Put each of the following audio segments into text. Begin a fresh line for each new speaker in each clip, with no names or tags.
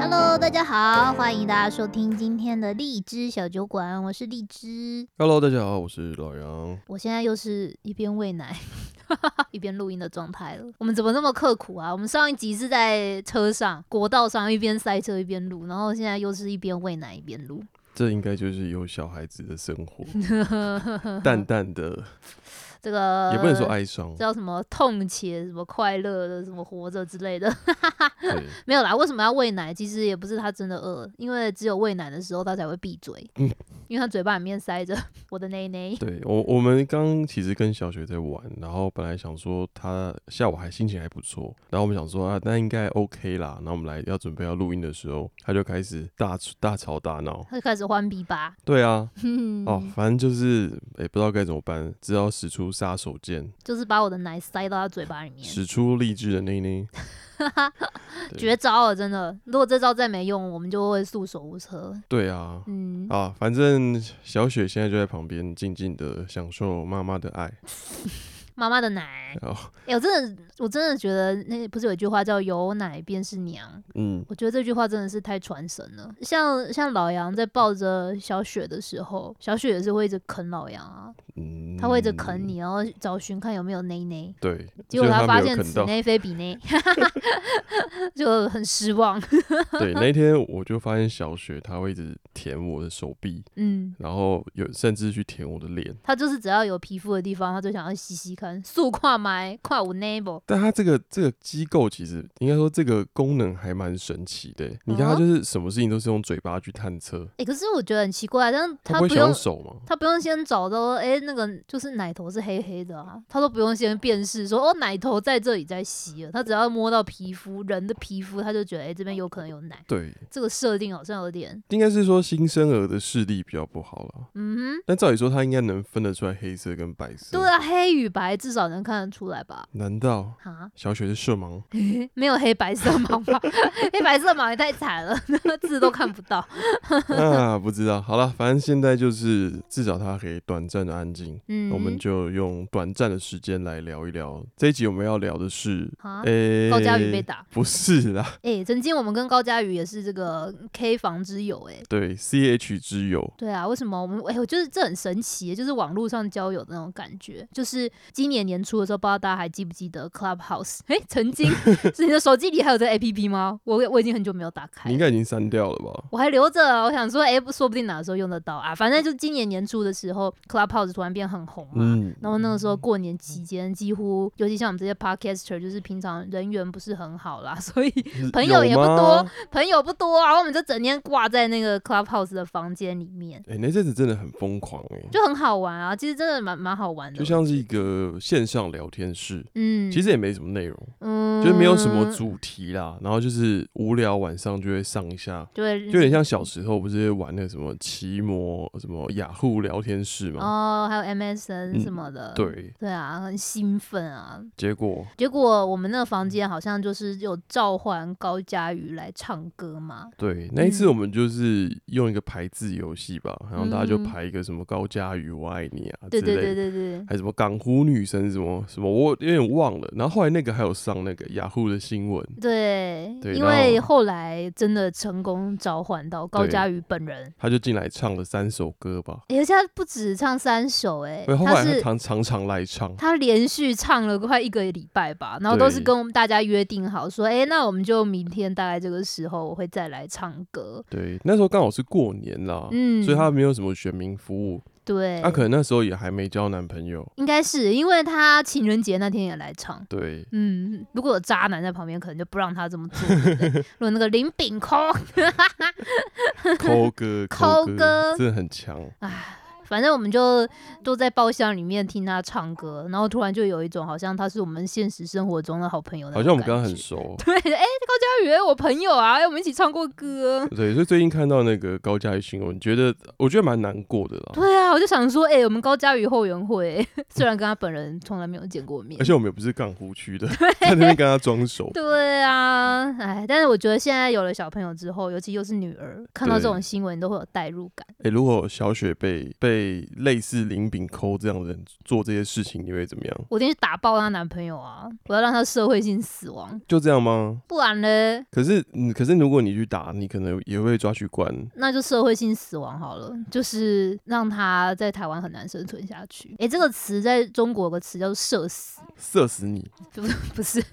Hello，大家好，欢迎大家收听今天的荔枝小酒馆，我是荔枝。
Hello，大家好，我是老杨。
我现在又是一边喂奶 一边录音的状态了。我们怎么那么刻苦啊？我们上一集是在车上国道上一边塞车一边录，然后现在又是一边喂奶一边录。
这应该就是有小孩子的生活，淡淡的，
这个
也不能说哀伤。
叫什么痛且什么快乐的什么活着之类的，
对，
没有啦。为什么要喂奶？其实也不是他真的饿，因为只有喂奶的时候他才会闭嘴，
嗯
因为他嘴巴里面塞着我的内内。
对我我们刚其实跟小雪在玩，然后本来想说她下午还心情还不错，然后我们想说啊，那应该 OK 啦。然后我们来要准备要录音的时候，她就开始大吵大吵大闹。
他就开始换鼻巴，
对啊，
哼
哦，反正就是也、不知道该怎么办，只好使出杀手锏，
就是把我的奶塞到他嘴巴里面，
使出励志的内内。对
绝招了，真的。如果这招再没用，我们就会束手无策。
对啊，
嗯，
啊，反正小雪现在就在旁边静静的享受妈妈的爱。
妈妈的 奶，
然后，
哎、我真的，我真的觉得那不是有一句话叫“有奶便是娘”，
嗯，
我觉得这句话真的是太传神了。像像老杨在抱着小雪的时候，小雪也是会一直啃老杨啊，
嗯
他会一直啃。你，然后找寻看有没有内内。
对，
结果他
他
发
没有
现
啃
此
到。
内非彼内， 就很失望。
对，那一天我就发现小雪她会一直舔我的手臂，
嗯，
然后有甚至去舔我的脸。
他就是只要有皮肤的地方，他就想要吸吸看，速跨埋跨五 neighbor。
但它这个这个机构其实应该说这个功能还蛮神奇的欸。你看，
哦
它就是什么事情都是用嘴巴去探测，
哎、可是我觉得很奇怪，但
它
他
不会
不
想用
用。
手吗？
他不用先找到，哎、那个就是奶头是黑黑的啊，他都不用先辨识说，哦，奶头在这里在吸了，他只要摸到皮肤，人的皮肤，他就觉得，哎、这边有可能有奶。
对，
这个设定好像有点，
应该是说新生儿的视力比较不好啦。
嗯哼，
但照理说，它应该能分得出来黑色跟白色。
对啊，黑与白至少能看得出来吧？
难道
啊，
小雪是色 盲？
没有黑白色盲吧？ 黑白色盲也太惨了， 那个字都看不到。
啊，不知道。好了，反正现在就是至少它可以短暂的安静，
嗯，
我们就用短暂的时间来聊一聊。这一集我们要聊的是，
啊，
诶、
高佳宇被打。
不是啦，
哎、曾经我们跟高佳宇也是这个 K 房之友、诶。哎。
对，C H 之友，
对啊，为什么我们哎、我觉得这很神奇耶，就是网络上交友的那种感觉。就是今年年初的时候，不知道大家还记不记得 Clubhouse？哎、 曾 经是你的手机里还有这个 APP 吗？我我已经很久没有打开
你应
了。
该已经删掉了吧？
我还留着，我想说，哎、不说不定哪时候用得到啊。反正就是今年年初的时候，Clubhouse 突然变很红嘛。
嗯，
然后那个时候过年期间，几乎尤其像我们这些 podcaster，就是平常人缘不是很好啦，所以朋友也不多
有吗。
朋友不多啊，然后我们就整天挂在那个 Clubhouse 的房间里面。
哎、那阵子真的很疯狂哎、
就很好玩啊，其实真的蛮蛮好玩的。
就像是一个线上聊天室，
嗯，
其实也没什么内容，
嗯，
就是没有什么，主题啦，然后就是无聊晚上就会上一下
就会
就有点像小时候不是玩那个什么奇摩、什么雅虎聊天室嘛？
哦，还有 MSN
嗯
什么的，
对，
对啊，很兴奋啊。
结果
结果我们那个房间好像就是有召唤高佳瑜来唱歌嘛，
对那一
嗯
次我们就是用一个排字游戏吧，然后大家就排一个什么高佳宇我爱你啊之
嗯对对
类
对
的。
对对，
还有什么港湖女神什么什么，我有点忘了。然后后来那个还有上那个雅虎的新闻，
对，
对
因
然后
为后来真的成功召唤到高佳瑜本人，
他就进来唱了三首歌吧。
诶而且他不止唱三首、诶，
对，后来他
呃是
常常常来唱，
他连续唱了快一个礼拜吧，然后都是
对
跟我们大家约定好说，哎、那我们就明天大概这个时候我会再来唱歌。
对，那时候刚好是过年啦，
嗯，
哦所以他啊没有什么选民服务。
对，
他可能那时候也还没交男朋友，
应该是因为他情人节那天也来唱。
对，
嗯，如果有渣男在旁边，可能就不让他这么做。对不 对如果那个林炳空，
抠歌，
抠歌
真的很强。
反正我们就都在包厢里面听他唱歌，然后突然就有一种好像他是我们现实生活中的好朋友那
好
种感
像
觉。 ，
我们刚刚很熟
对，哎、高佳宇，我朋友啊，哎我们一起唱过歌。
对，所以最近看到那个高嘉瑜新闻，觉得我觉得蛮难过的啦。
对啊，我就想说，哎、我们高嘉瑜后援会、 虽然跟他本人从来没有见过面
而，且我们也不是港湖区的， 在那边跟他装熟。
对啊，哎，但是我觉得现在有了小朋友之后，尤其又是女儿，看到这种新闻你都会有代入感。
哎、如果小雪被被类似林炳抠这样的人做这些事情，你会怎么样？
我一定去打爆她男朋友啊！我要让她社会性死亡，
就这样吗？
不然呢？呃，
可是，嗯，可是如果你去打，你可能也会被抓去关。
那就社会性死亡好了，就是让他在台湾很难生存下去。欸诶，这个词在中国有个词叫“社死
射死你，”，
不是，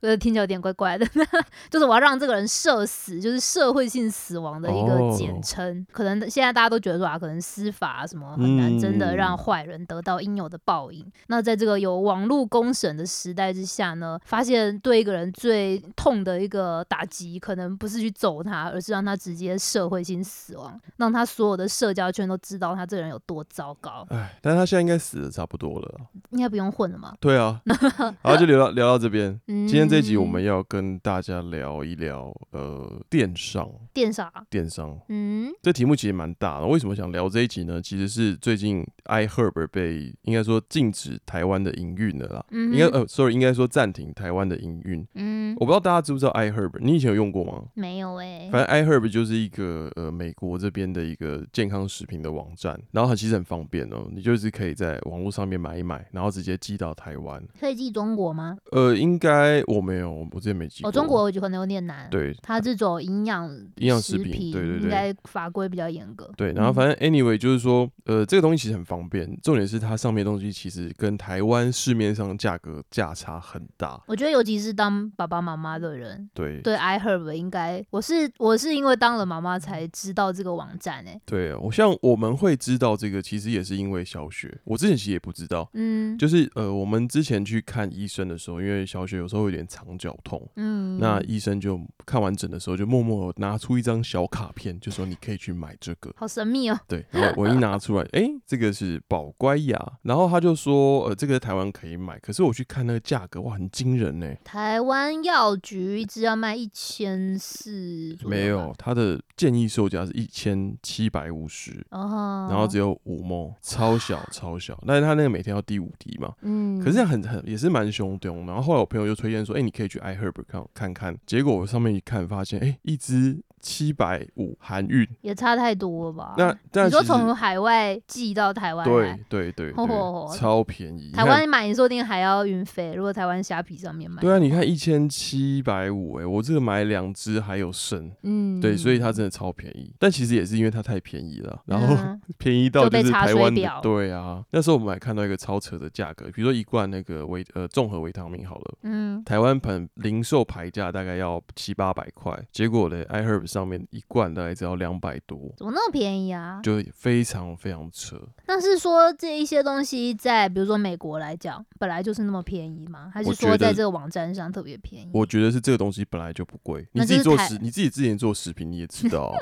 呃，听起来有点怪怪的， 就是我要让这个人社死，就是社会性死亡的一
哦
个简称。可能现在大家都觉得说啊，可能司法什么很难真
嗯
的让坏人得到应有的报应。那在这个有网络公审的时代之下呢，发现对一个人最痛的一个打击，可能不是去揍他，而是让他直接社会性死亡，让他所有的社交圈都知道他这个人有多糟糕。
哎，但是他现在应该死的差不多了啊。
应该不用混了嘛。
对啊，然后就聊到聊到这边。
嗯，
今天这一集我们要跟大家聊一聊，呃，电商，
电啥？
电商
嗯，
这题目其实蛮大的。为什么想聊这一集呢？其实是最近 iHerb 被应该说禁止台湾的营运了啦。
嗯哼
应该呃，sorry，应该说暂停台湾的营运。
嗯，
我不知道大家知不知道 iHerb，你以前有用过吗？
没有哎、
反正 iHerb 就是一个呃美国这边的一个健康食品的网站，然后它其实很方便哦，你就是可以在网络上面买一买，然后直接寄到台湾。
可以寄中国吗？
呃，应该我没有，我之前没寄过。
哦，中国有可能有点难。，
对
它这种营养
营养
食
食品对对对
应该法规比较严格。
对，然后反正 anyway 就是说，呃，这个东西其实很方便，重点是它上面的东西其实跟台湾市面上的价格价差很大。
我觉得尤其是当爸爸妈妈的人，
对
对 iHerb 应该，我是我是因为当了妈妈才知道这个网站诶、
对，我像我们会知道这个，其实也是因为小雪，我之前其实也不知道。
嗯
就是呃，我们之前去看医生的时候，因为小雪有时候有点肠绞痛，
嗯，
那医生就看完诊的时候，就默默拿出一张小卡片，就说你可以去买这个。
好神秘哦。
对，然后我一拿出来，诶，这个是宝乖牙，然后他就说，呃，这个在台湾可以买，可是我去看那个价格，哇，很惊人呢、
台湾药局一支要卖一千四，
没
啊
有，，它的建议售价是一千七百五十，
哦，
然后只有五毛，超小超小，但是它那个每天要滴五滴嘛，
嗯，
可是这样很很也是蛮凶的哦。然后后来我朋友就推荐说，哎、你可以去 iHerb 看看看。结果我上面一看，发现哎、诶一支七百五韩运。
也差太多了吧？
那但
你说
其实
从海外寄到台湾来
对，对对
吼吼
对，
吼
超便宜。你
哦台
看
湾买说不定还要运费，如果台湾虾皮上面买，
对啊，你看一千七百五，哎，我这个买两只还有剩。
嗯，
对，所以它真的超便宜，但其实也是因为它太便宜了，然后、
嗯
便宜到
就被
就是
查
台
水
湾的
表
对啊，那时候我们还看到一个超扯的价格，比如说一罐那个维呃综合维他命好了，
嗯，
台湾本零售牌价大概要七八百块，结果呢 iHerb 上面一罐大概只要两百多，
怎么那么便宜啊？
就非常非常扯。
但是说这一些东西在比如说美国来讲，本来就是那么便宜吗？还是
我觉
说
得
在这个网站上特别便宜？
我觉得是这个东西本来就不贵，你
那
自
就是
己做
台
食，你自己之前做食品你也知道 啊，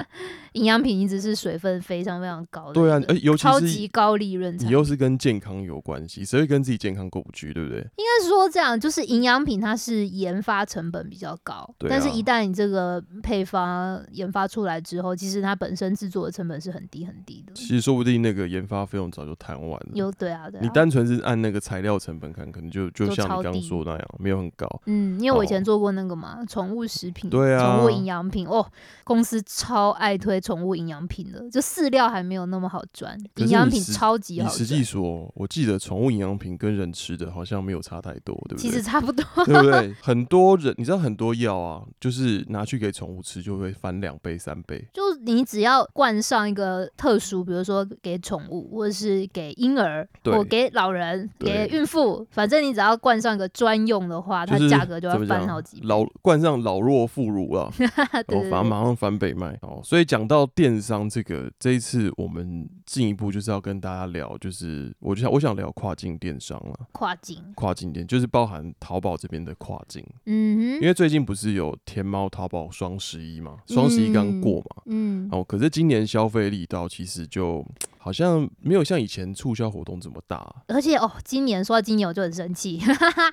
营养品一直是水分非常非常高的，
对啊，呃，尤其
超级
是嗯
高利润产
你
品。
又是跟健康有关系，谁会跟自己健康过不去，对不对？
应该说这样，就是营养品它是研发成本比较高，
对啊
但是一旦你这个配方研发出来之后，其实它本身制作的成本是很低很低的。
其实说不定那个研发费用早就谈完了。
有对啊，对啊。
你单纯是按那个材料成本看，可能就就
就
像
超
你刚
低
刚说的那样，没有很高。
嗯，因为我以前
哦
做过那个嘛，宠、物食品，
对啊
宠物营养品哦，公司超爱推宠物营养品的，就饲料还没有那么好赚，
可是
营养
你
品
实
超级
你
好
实
赚
际，说，我记得宠物营养品跟人吃的好像没有差太多，对不
其实
对？
差不多。
对不对？很多人你知道很多药啊，就是拿去给宠物吃就会翻两倍三倍。
就你只要冠上一个特殊，比如说给宠物，或者是给婴儿，
对
或给老人、给
对
孕妇，反正你只要冠上一个专用的话，
就是
它价格就要
怎么
翻
讲
好几倍。
老冠上老弱妇孺啊，
对
哦
对，
反正
对
马上翻倍卖哦。所以讲到电商这个，这一次我们进一步就是要跟大家聊，就是我就想我想聊跨境电商了，
跨境，
跨境店就是包含淘宝这边的跨境，
嗯
因
哼，
为最近不是有天猫、淘宝双十一嘛，双十一刚过嘛，
嗯，
哦，可是今年消费力道其实就好像没有像以前促销活动这么大，啊
而且哦，今年说到今年我就很生气，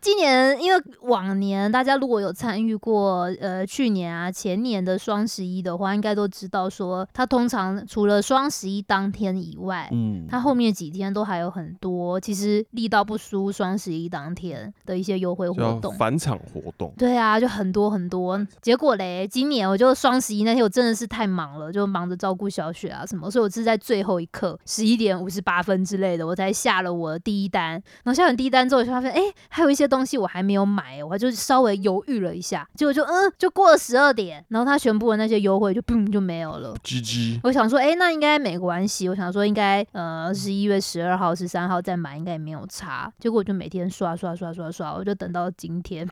今年因为往年大家如果有参与过呃去年啊前年的双十一的话，应该都知道说它通常除了双十一当天以外。
嗯，
它后面几天都还有很多，其实力道不输双十一当天的一些优惠活
叫
动。
返场活动，
对啊，就很多很多。结果嘞，今年我就双十一那天我真的是太忙了，就忙着照顾小雪啊什么，所以我是在最最后一刻，十一点五十八分之类的，我才下了我的第一单。然后下完第一单之后，我就发现哎、诶还有一些东西我还没有买，我就稍微犹豫了一下，结果就嗯，就过了十二点，然后他宣布的那些优惠就嘣就没有了。
鸡鸡，
我想说，哎、那应该没关系。我想说应该呃十一月十二号、十三号再买，应该也没有差。结果我就每天刷刷刷刷刷，我就等到今天，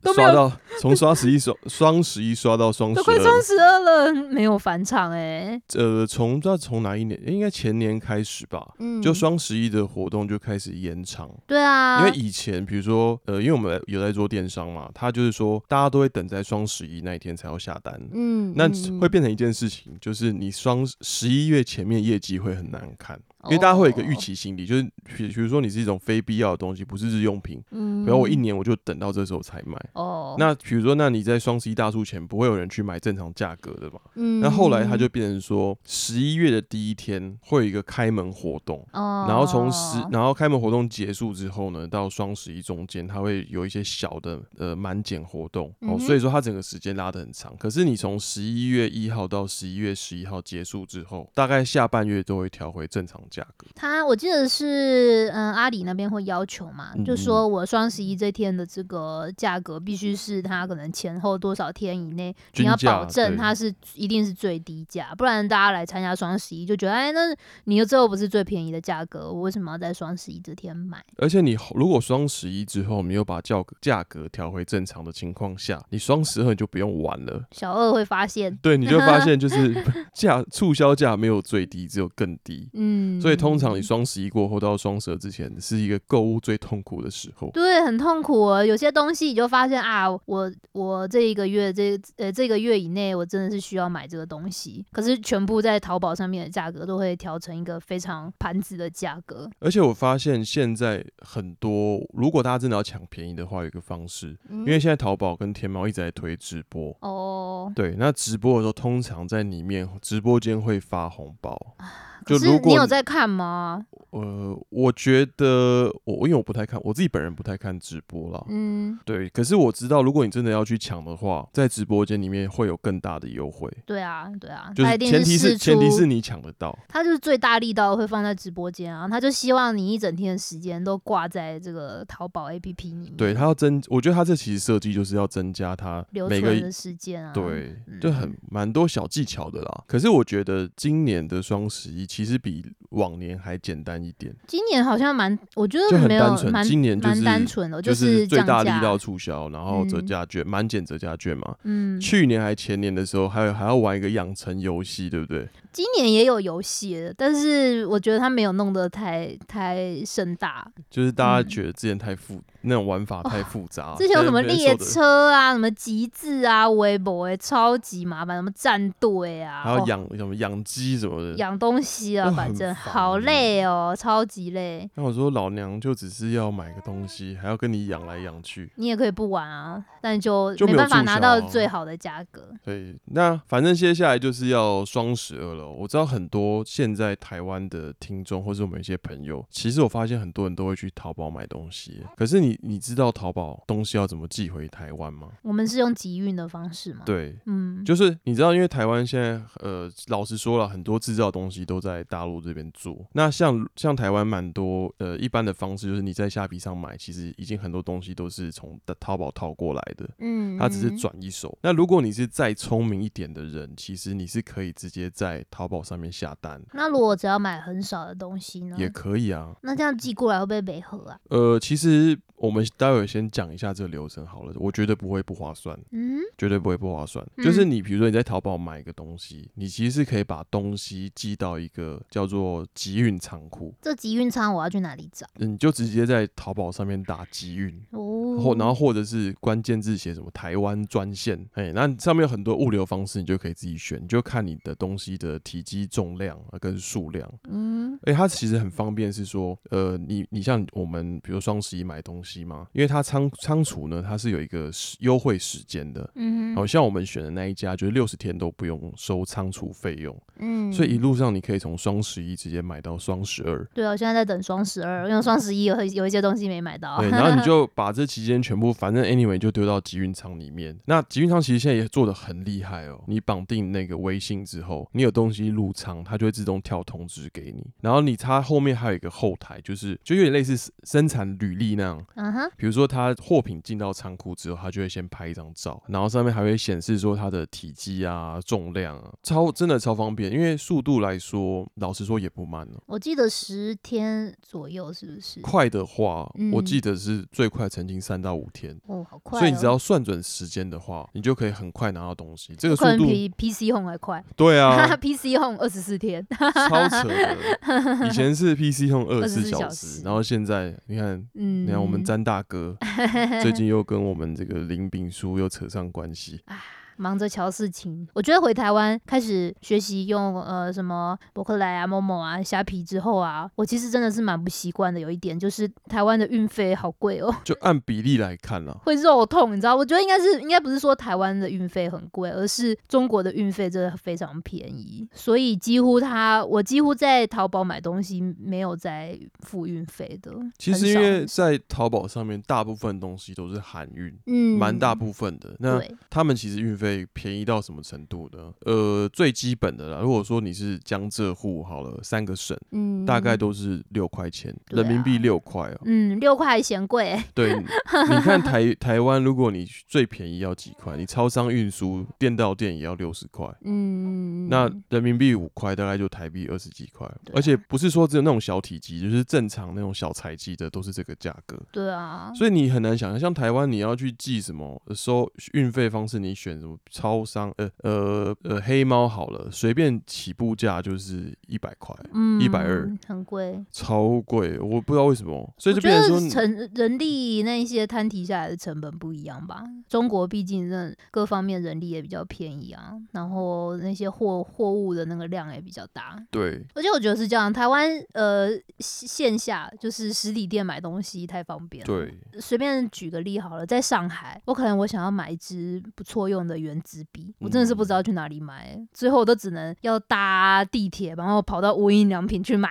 都没有
刷到从刷十一刷 双十一刷到双十
都快双
二，
十二了，没有返场哎、
呃，从不知道从哪一年，应该前年开始吧，
嗯，
就双十一的活动就开始延长。
对啊，
因为以前，比如说，呃，因为我们有在做电商嘛，他就是说，大家都会等在双十一那一天才要下单，
嗯，
那
嗯
会变成一件事情，就是你双十一月前面业绩会很难看，
嗯
因为大家会有一个预
哦
期心理，就是比比如说你是一种非必要的东西，不是日用品，
嗯，
然后我一年我就等到这时候才买。
哦，
那比如说，那你在双十一大促前不会有人去买正常价格的嘛？
嗯
那后来它就变成说，十一月的第一天会有一个开门活动，
哦，
然后从十，然后开门活动结束之后呢，到双十一中间，它会有一些小的呃满减活动
嗯
哦，
哼
所以说它整个时间拉得很长。可是你从十一月一号到十一月十一号结束之后，大概下半月都会调回正常价格。
他我记得是嗯阿里那边会要求嘛，
嗯
就说我双十一这天的这个价格必须是它可能前后多少天以内，你
均
要
价
保证
对
它是一定是最低价，不然大家来参加双十一就觉得哎，那你又最后不是最便宜的价格，我为什么要在双十一这天买？
而且你如果双十一之后没有把价格价格调回正常的情况下，你双十二你就不用玩了。
小二会发现，
对，你就会发现就是 价促销价没有最低，只有更低。
嗯，
所以通常你双十一过后到双十二之前，是一个购物最痛苦的时候。
对，很痛苦哦。有些东西你就发现啊，我我这一个月这呃这个月以内，我真的是需要买这个东西，可是全部在淘宝上面的价格都会调成一个非常盘子的价格。
而且我发现现在很多，如果大家真的要抢便宜的话，有一个方式，
因
因为现在淘宝跟天猫一直在推直播。
哦，
对，那直播的时候，通常在里面直播间会发红包。就
啊可是
如果
你有在看吗？
呃，我觉得我因为我不太看，我自己本人不太看直播啦。
嗯，
对，可是我知道，如果你真的要去抢的话，在直播间里面会有更大的优惠，
对啊，对啊，
就
他
是
一定
前提
是
是前提是你抢得到。
他就是最大力道会放在直播间啊，他就希望你一整天的时间都挂在这个淘宝 APP 里面，
对，它要增，我觉得它这其实设计就是要增加它
嗯留
每个
存的时间啊，
对
嗯，
就很蛮多小技巧的啦。可是我觉得今年的双十一其实比往年还简单一点，
今年好像蛮，我觉
就
得
很
没有
单纯
蛮
今年就
蛮
是
单纯的，
就是最
降价
大力道，促销，然后折
嗯
价券、满减折价券嘛。
嗯，
去年还前年的时候，还有还要玩一个养成游戏，对不对？
今年也有游戏了，但是我觉得他没有弄得太太盛大。
就是大家
嗯
觉得之前太复、那种玩法太复杂，
之前有
现
什么
在人
列
手的，
车啊，什么极致啊、微博哎，超级麻烦，什么战队啊，
还有
哦
养什么养鸡什么的。
养东西啊，
都
反
很
正
烦
好
欸
累哦，超级累。
那我说老娘就只是要买个东西，还要跟你养来养去。
你也可以不玩啊，但就
就没
没
有
办法
促
拿
销
到
啊
最好的价格。
对，那反正接下来就是要双十二了。我知道很多现在台湾的听众，或是我们一些朋友，其实我发现很多人都会去淘宝买东西。可是你你知道淘宝东西要怎么寄回台湾吗？
我们是用集运的方式嘛？，
对，
嗯，
就是你知道，因为台湾现在呃，老实说了，很多制造东西都在大陆这边做。那像像台湾蛮多呃一般的方式，就是你在虾皮上买，其实已经很多东西都是从淘宝淘过来的。
嗯，
它只是
嗯
转一手。那如果你是再聪明一点的人，其实你是可以直接在淘宝上面下单，
那如果只要买很少的东西呢？
也可以啊。
那这样寄过来会不会没合啊？
呃，其实我们待会先讲一下这个流程好了，我觉得不会不划算，
嗯，
绝对不会不划算。
嗯
就是你比如说你在淘宝买一个东西，你其实是可以把东西寄到一个叫做集运仓库，嗯
这集运仓我要去哪里找？
你就直接在淘宝上面打集运，
哦，
或然后或者是关键字写什么台湾专线，哎、那上面有很多物流方式，你就可以自己选，你就看你的东西的体积、重量啊跟数量。
嗯
哎、它其实很方便，是说，呃，你你像我们比如双十一买东西嘛，因为它仓仓储呢，它是有一个时优惠时间的。
嗯
好、
哼，
像我们选的那一家，就是六十天都不用收仓储费用，
嗯，
所以一路上你可以从双十一直接买到双十二，
对啊，我现在在等双十二，因为双十一有有一些东西没买到。啊
对，然后你就把这期间全部，反正 anyway 就丢到集运仓里面。那集运仓其实现在也做的很厉害哦，你绑定那个微信之后，你有东西入仓，它就会自动跳通知给你。然后你它后面还有一个后台，就是就有点类似生产履历那样。
嗯哼，
比如说，它货品进到仓库之后，它就会先拍一张照，然后上面还会显示说它的体积啊、重量啊，超真的超方便。因为速度来说，老实说也不慢哦。
我记得十天左右是不是？
快的话，我
嗯
记得是最快曾经三到五天。
哦，好快、哦！
所以你只要算准时间的话，你就可以很快拿到东西。这个速
可能
度，
比 PC Home 还快。
对 啊，
PC Home 二十四 天，
超扯的。以前是 PC 用二十四
24
小
小
时，
时
然后现在你看，
嗯，
你看啊我们詹大哥 最近又跟我们这个林炳书又扯上关系，
忙着瞧事情。我觉得回台湾开始学习用呃什么博客来啊、某某啊、虾皮之后啊，我其实真的是蛮不习惯的。有一点就是台湾的运费好贵哦，
就按比例来看啦。
会肉痛，你知道？我觉得应该是应该不是说台湾的运费很贵，而是中国的运费真的非常便宜，所以几乎他我几乎在淘宝买东西没有在付运费的。
其
很
实因
少
为在淘宝上面，大部分东西都是含运。
嗯
蛮大部分的，那
对，
他们其实运费便宜到什么程度呢？呃，最基本的啦，如果说你是江浙沪好了，三个省，
嗯，
大概都是六块钱，
对啊
人民币六块哦。
嗯六块嫌贵、欸，
对，你你 看台台湾，如果你最便宜要几块，你超商运输店到店也要六十块。
嗯，
那人民币五块，大概就台币二十几块，
对啊
而且不是说只有那种小体积，就是正常那种小材机的都是这个价格，
对啊，
所以你很难想象，像台湾你要去寄什么呃收运费方式，你选什么超商，呃呃呃黑猫好了，随便起步价就是一百块，
嗯，
120
很贵。
超贵，我不知道为什么，所以
我
就
觉
变
得
成说你
成人力那一些摊提下来的成本不一样吧。中国毕竟那各方面人力也比较便宜啊，然后那些货货物的那个量也比较大。
对，
而且我觉得是这样，台湾呃线下就是实体店买东西太方便了。
对，
随便举个例好了，在上海，我可能我想要买一支不错用的原子笔，我真的是
嗯
不知道去哪里买、最后我都只能要搭地铁，然后跑到无印良品去买。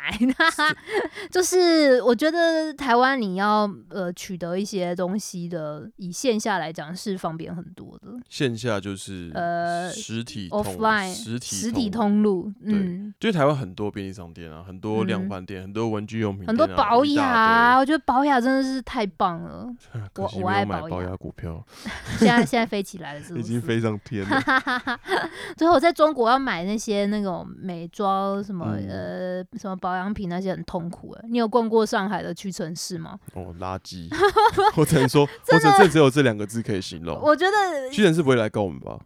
就是我觉得台湾你要呃取得一些东西的，以线下来讲是方便很多的
线下就是
呃
实体通
，offline
实体
实体，通路，嗯。
就是台湾很多便利商店啊，很多量
嗯
贩店，很啊多文具用品、
很多宝雅，，我觉得宝雅真的是太棒了，
可
我
惜
我
没有
爱
买
宝
宝
雅
雅股票，
现在现在飞起来了，是不
已
是？
经飞上 天了。
所以我在中国要买那些那种美妆什么、
嗯
呃什么保养品那些很痛苦哎、你有逛过上海的屈臣氏吗？
哦，垃 圾！我只能说，我只这只有这两个字可以形容。
我觉得
屈臣氏不会来告我们吧？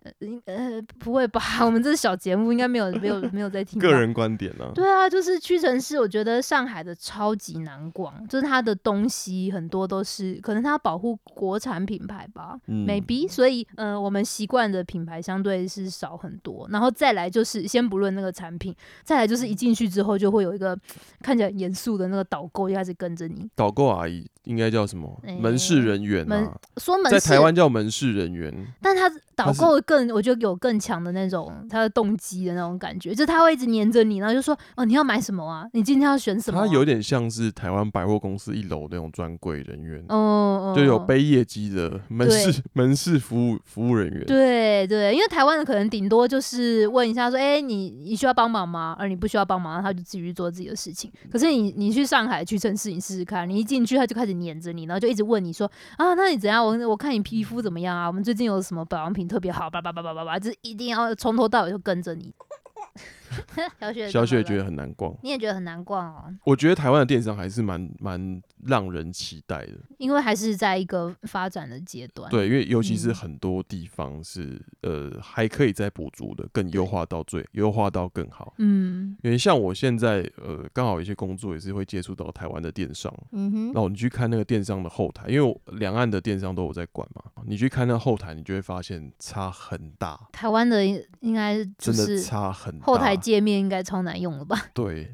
呃不会吧， 我们这是小节目应该没有没有没有在听。
个。人观点呢、
对啊，就是屈臣氏，我觉得上海的超级难逛，就是它的东西很多都是，可能它保护国产品牌吧，
嗯
maybe，所以呃，我们习惯的品牌相对是少很多。然后再来就是，先不论那个产品，再来就是一
嗯
进去之后就会有一个看起来很严肃的那个导购就开始跟着你。
导购阿姨应该叫什么？
哎
门市人员
门
啊，
说门
在
市
台，湾叫门市人员。
但他
他
导
是
购更，我觉得有更强的那种他的动机的那种感觉，就是他会一直黏着你，然后就说哦，你要买什么啊？你今天要选什么、啊？
他有点像是台湾百货公司一楼那种专柜人员，
嗯，嗯
就有
嗯
背业绩的门市门市服务服务人员。
对对，因为台湾的可能顶多就是问一下说，哎、你你需要帮忙吗？而你不需要帮忙，他就继续做自己的事情。可是你你去上海屈臣氏，你试试看，你一进去他就开始黏着你，然后就一直问你说，啊，那你怎样？我我看你皮肤怎么样啊？我们最近有什么保养品特别好？叭叭叭叭叭叭，就是一定要从头到尾就跟着你。 小雪，
小雪觉
觉
得很难逛，
你也觉得很难逛哦，
我觉得台湾的电商还是蛮蛮让人期待的。
因为还是在一个发展的阶段。
对，因为尤其是
嗯
很多地方是、呃还可以再补足的，更优化到最优化到更好。
嗯
因为像我现在呃刚好有一些工作也是会接触到台湾的电商，
嗯哼，
那我你去看那个电商的后台，因为我两岸的电商都有在管嘛，你去看那后台，你就会发现差很大，
台湾的应该就
真的
是
差很大。
后台界面应该超难用了吧？
对，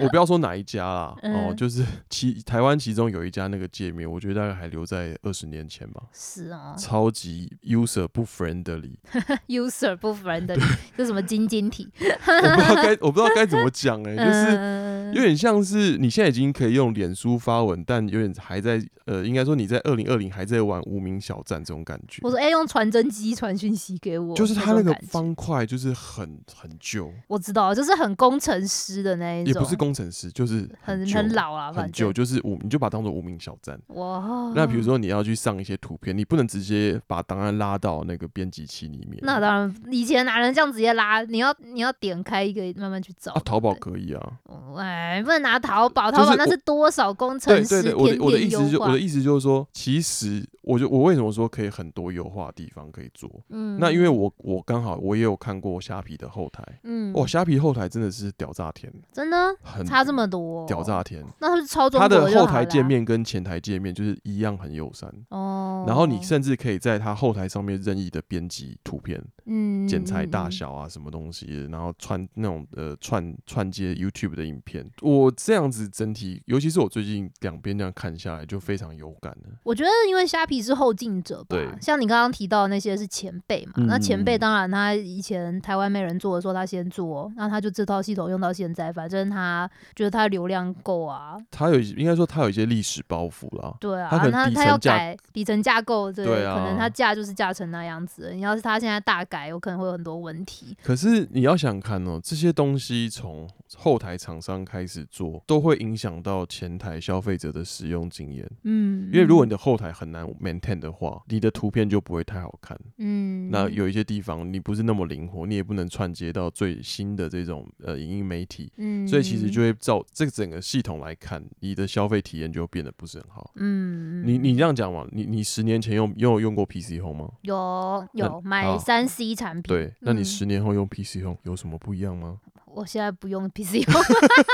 我不要说哪一家啦，哦，
嗯
就是其台湾其中有一家那个界面，我觉得大概还留在二十年前吧，
是哦
超级 user 不 friendly，
，user 不 friendly，这什么晶晶 体，
我不知道该我不知道该怎么讲 哎、就是。
嗯
有点像是你现在已经可以用脸书发文，但有点还在呃，应该说你在二零二零还在玩无名小站这种感觉。
我说哎、用传真机传讯息给我，
就是它那
种
个
感觉
方块就是很很旧，
我知道，就是很工程师的那一
也
种，
不是工程师，就是
啊很
旧
很老啊，
很
反
旧，
正
就是无你就把它当做无名小站。
哇，
那比如说你要去上一些图片，你不能直接把档案拉到那个编辑器里面。
那当然，以前哪能这样直接拉？你要你要点开一个慢慢去找
啊，。淘宝
对
可以啊。
哦哎，不能拿淘宝，
就
淘宝
是
那
我
是多少工程
对
师
对对，我
天
的我的意
天
思就
优
我
化
的。意思就是说，其实我就我为什么说可以很多优化的地方可以做？
嗯
那因为我我刚好我也有看过虾皮的后台，
嗯，
哇，虾皮后台真的是屌炸天，
真的
很
差这么多，哦
屌！炸天。
那是超中
它
国
的
就
后
好啊
台
啦
界面跟前台界面就是一样很友善，
哦，
然后你甚至可以在它后台上面任意的编辑图片、
嗯
剪裁
嗯
大
嗯
小啊，什么东西的，然后串那种呃串串接 YouTube 的影片。我这样子整体，尤其是我最近两边这样看下来，就非常有感了。
我觉得，因为虾皮是后进者吧
对，
像你刚刚提到的那些是前辈嘛，
嗯
那前辈
嗯嗯
当然他以前台湾没人做的时候他先做，那他就这套系统用到现在，反正他觉得他流量够啊，
它有一应该说它有一些历史包袱啦，
对啊，
他可能
那
底
他
层
要
架
改底层架构，对，
对啊
可能他架就是架成那样子。你要是他现在大改，有可能会有很多问题。
可是你要想看哦，这些东西从后台厂商开始做，都会影响到前台消费者的使用经验。
嗯，
因为如果你的后台很难 maintain 的话，你的图片就不会太好看。
嗯，
那有一些地方你不是那么灵活，你也不能串接到最新的这种呃影音媒体，
嗯，
所以其实就会照这整个系统来看，你的消费体验就变得不是很好。
嗯，
你你这样讲嘛，你你十年前用用用过 PC Home 吗？
有有
那
买
好
三 C 产品，
对，那你
嗯
十年后用 PC Home 有什么不一样吗？
我现在不用 PC，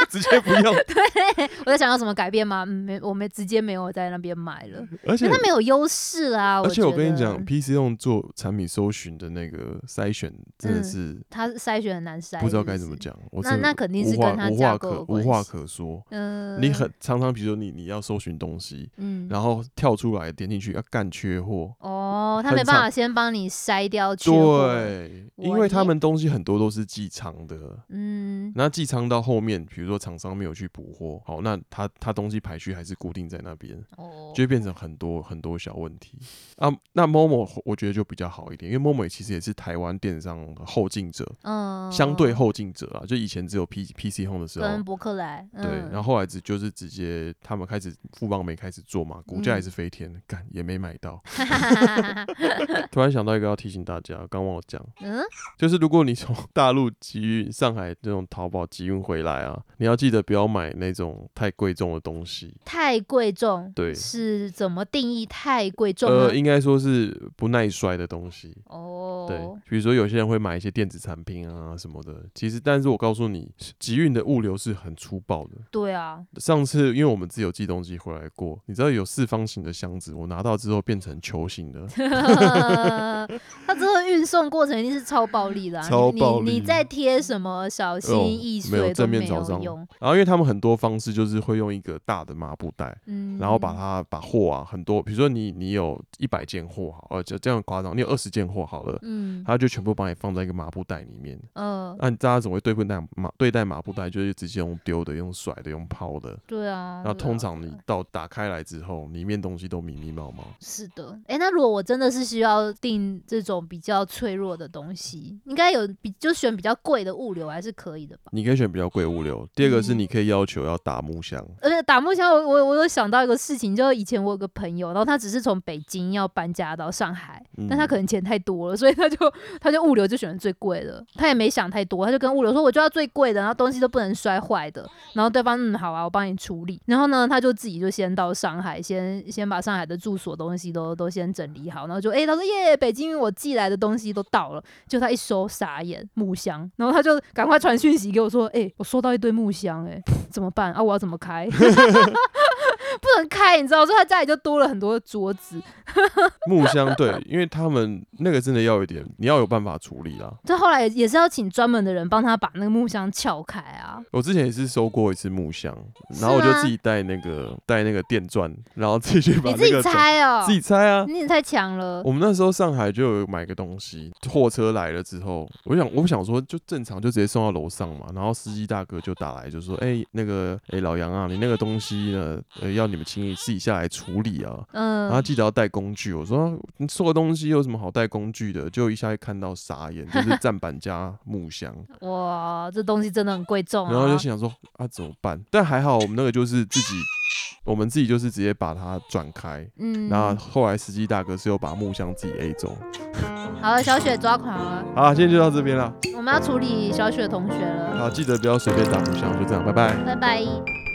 直接不 用，
我在想要怎么改变吗？嗯，没，我们直接没有在那边买了，
而且
那没有优势啊。
嗯而且
我
我
觉
跟你
得
讲，PC 用做产品搜寻的那个筛选真的是
他筛选很难嗯筛，
不知道该
是
怎么
是。
讲，我
那
真的
那肯定是
无话
跟它
无
架
话
构有
可
关
无话
系
可说。
嗯，
你很常常，比如说你你要搜寻东西，
嗯。
然后跳出来点进去要干缺货，
哦，他
很
没办法
常
先帮你筛掉缺货，
对，因
我
为他
一
们东西很多都是寄仓的。
嗯，
那寄仓到后面，比如说厂商没有去补货，好，那他他东西排序还是固定在那边，
哦，
就会变成很多很多小问题啊。那 Momo 我觉得就比较好一点，因为 Momo 也其实也是台湾电商的后进者，
嗯，
相对
嗯
后进者啊，就以前只有 P PC Home 的时候，
跟嗯伯克莱，
对，然后后来只就是直接他们开始富邦没开始做嘛，股价也是飞天，干、也没买到。
嗯
突然想到一个要提醒大家，刚忘了讲，
嗯，
就是如果你从大陆集运上海这种淘宝集运回来啊，你要记得不要买那种太贵重的东西。
太贵重，
对
是怎么定义太贵重呢
呃，？应该说是不耐摔的东西。
哦，
对，比如说有些人会买一些电子产品啊什么的，其实但是我告诉你，集运的物流是很粗暴的。
对啊，
上次因为我们自己有寄东西回来过，你知道有四方形的箱子，我拿到之后变成球形 的，
它这个运送过程一定是超暴力的啊，
超
你
暴
你你
力
在贴什么小心
哦
易
没有
碎都
正面
没
朝
有
上
用，
然后因为他们很多方式就是会用一个大的麻布袋，
嗯，
然后把它把货啊很多，比如说你你有一百件货好，呃就这样夸张，你有二十件货好了，
嗯
他就全部把你放在一个麻布袋里面。
呃，
那、大家怎么会对付那麻对待麻布袋？就是直接用丢的、用甩的、用抛的。
对啊，
那
对
通
啊
常你到打开来之后，里面东西都迷迷毛毛。
是的，哎，那如果我真的是需要订这种比较脆弱的东西，应该有比就选比较贵的物流还是可以的吧？
你可以选比较贵的物流。第二个是
嗯
你可以要求要打木箱，
而且打木箱，我我我有想到一个事情，就以前我有个朋友，然后他只是从北京要搬家到上海，但他
嗯
可能钱太多了，所以他就他就物流就选了最贵的，他也没想太多，他就跟物流说我就要最贵的，然后东西都不能摔坏的，然后对方嗯好啊，我帮你处理，然后呢他就自己就先到上海，先 先把上海的住所东西都都先整理好，然后就诶、他说耶北京我寄来的东西都到了，就他一收傻眼木箱，然后他就赶快传讯息给我说，诶、我收到一堆木箱、诶，怎么办啊？我要怎么开？ 不能开，你知道，所以他家里就多了很多桌子，
木箱对，因为他们那个真的要有一点，你要有办法处理啦。
这后来也是要请专门的人帮他把那个木箱撬开啊。
我之前也是收过一次木箱，然后我
是
就
吗
自己带那个带那个电钻，然后自己去
你
把那
自己
个转
猜哦、
自己猜啊。
你也太强了。
我们那时候上海就有买个东西，货车来了之后，我想我想说就正常就直接送到楼上嘛，然后司机大哥就打来就说，哎、那个哎、老杨啊，你那个东西呢，呃要你们请你自己下来处理啊，然后
嗯，
记得要带工具。我说、啊你送个东西有什么好带工具的？就一下就看到 傻眼，就是站板加木箱，
哇，这东西真的很贵重啊。
然后就心想说啊怎么办？但还好我们那个就是自己，我们自己就是直接把它转开。
嗯，
那后来司机大哥是有把木箱自己 A 走。
好了，小雪抓狂了，
好啦，今天就到这边啦。
我们要处理小雪同学了，
好，记得不要随便打木箱，就这样，拜拜。
拜拜。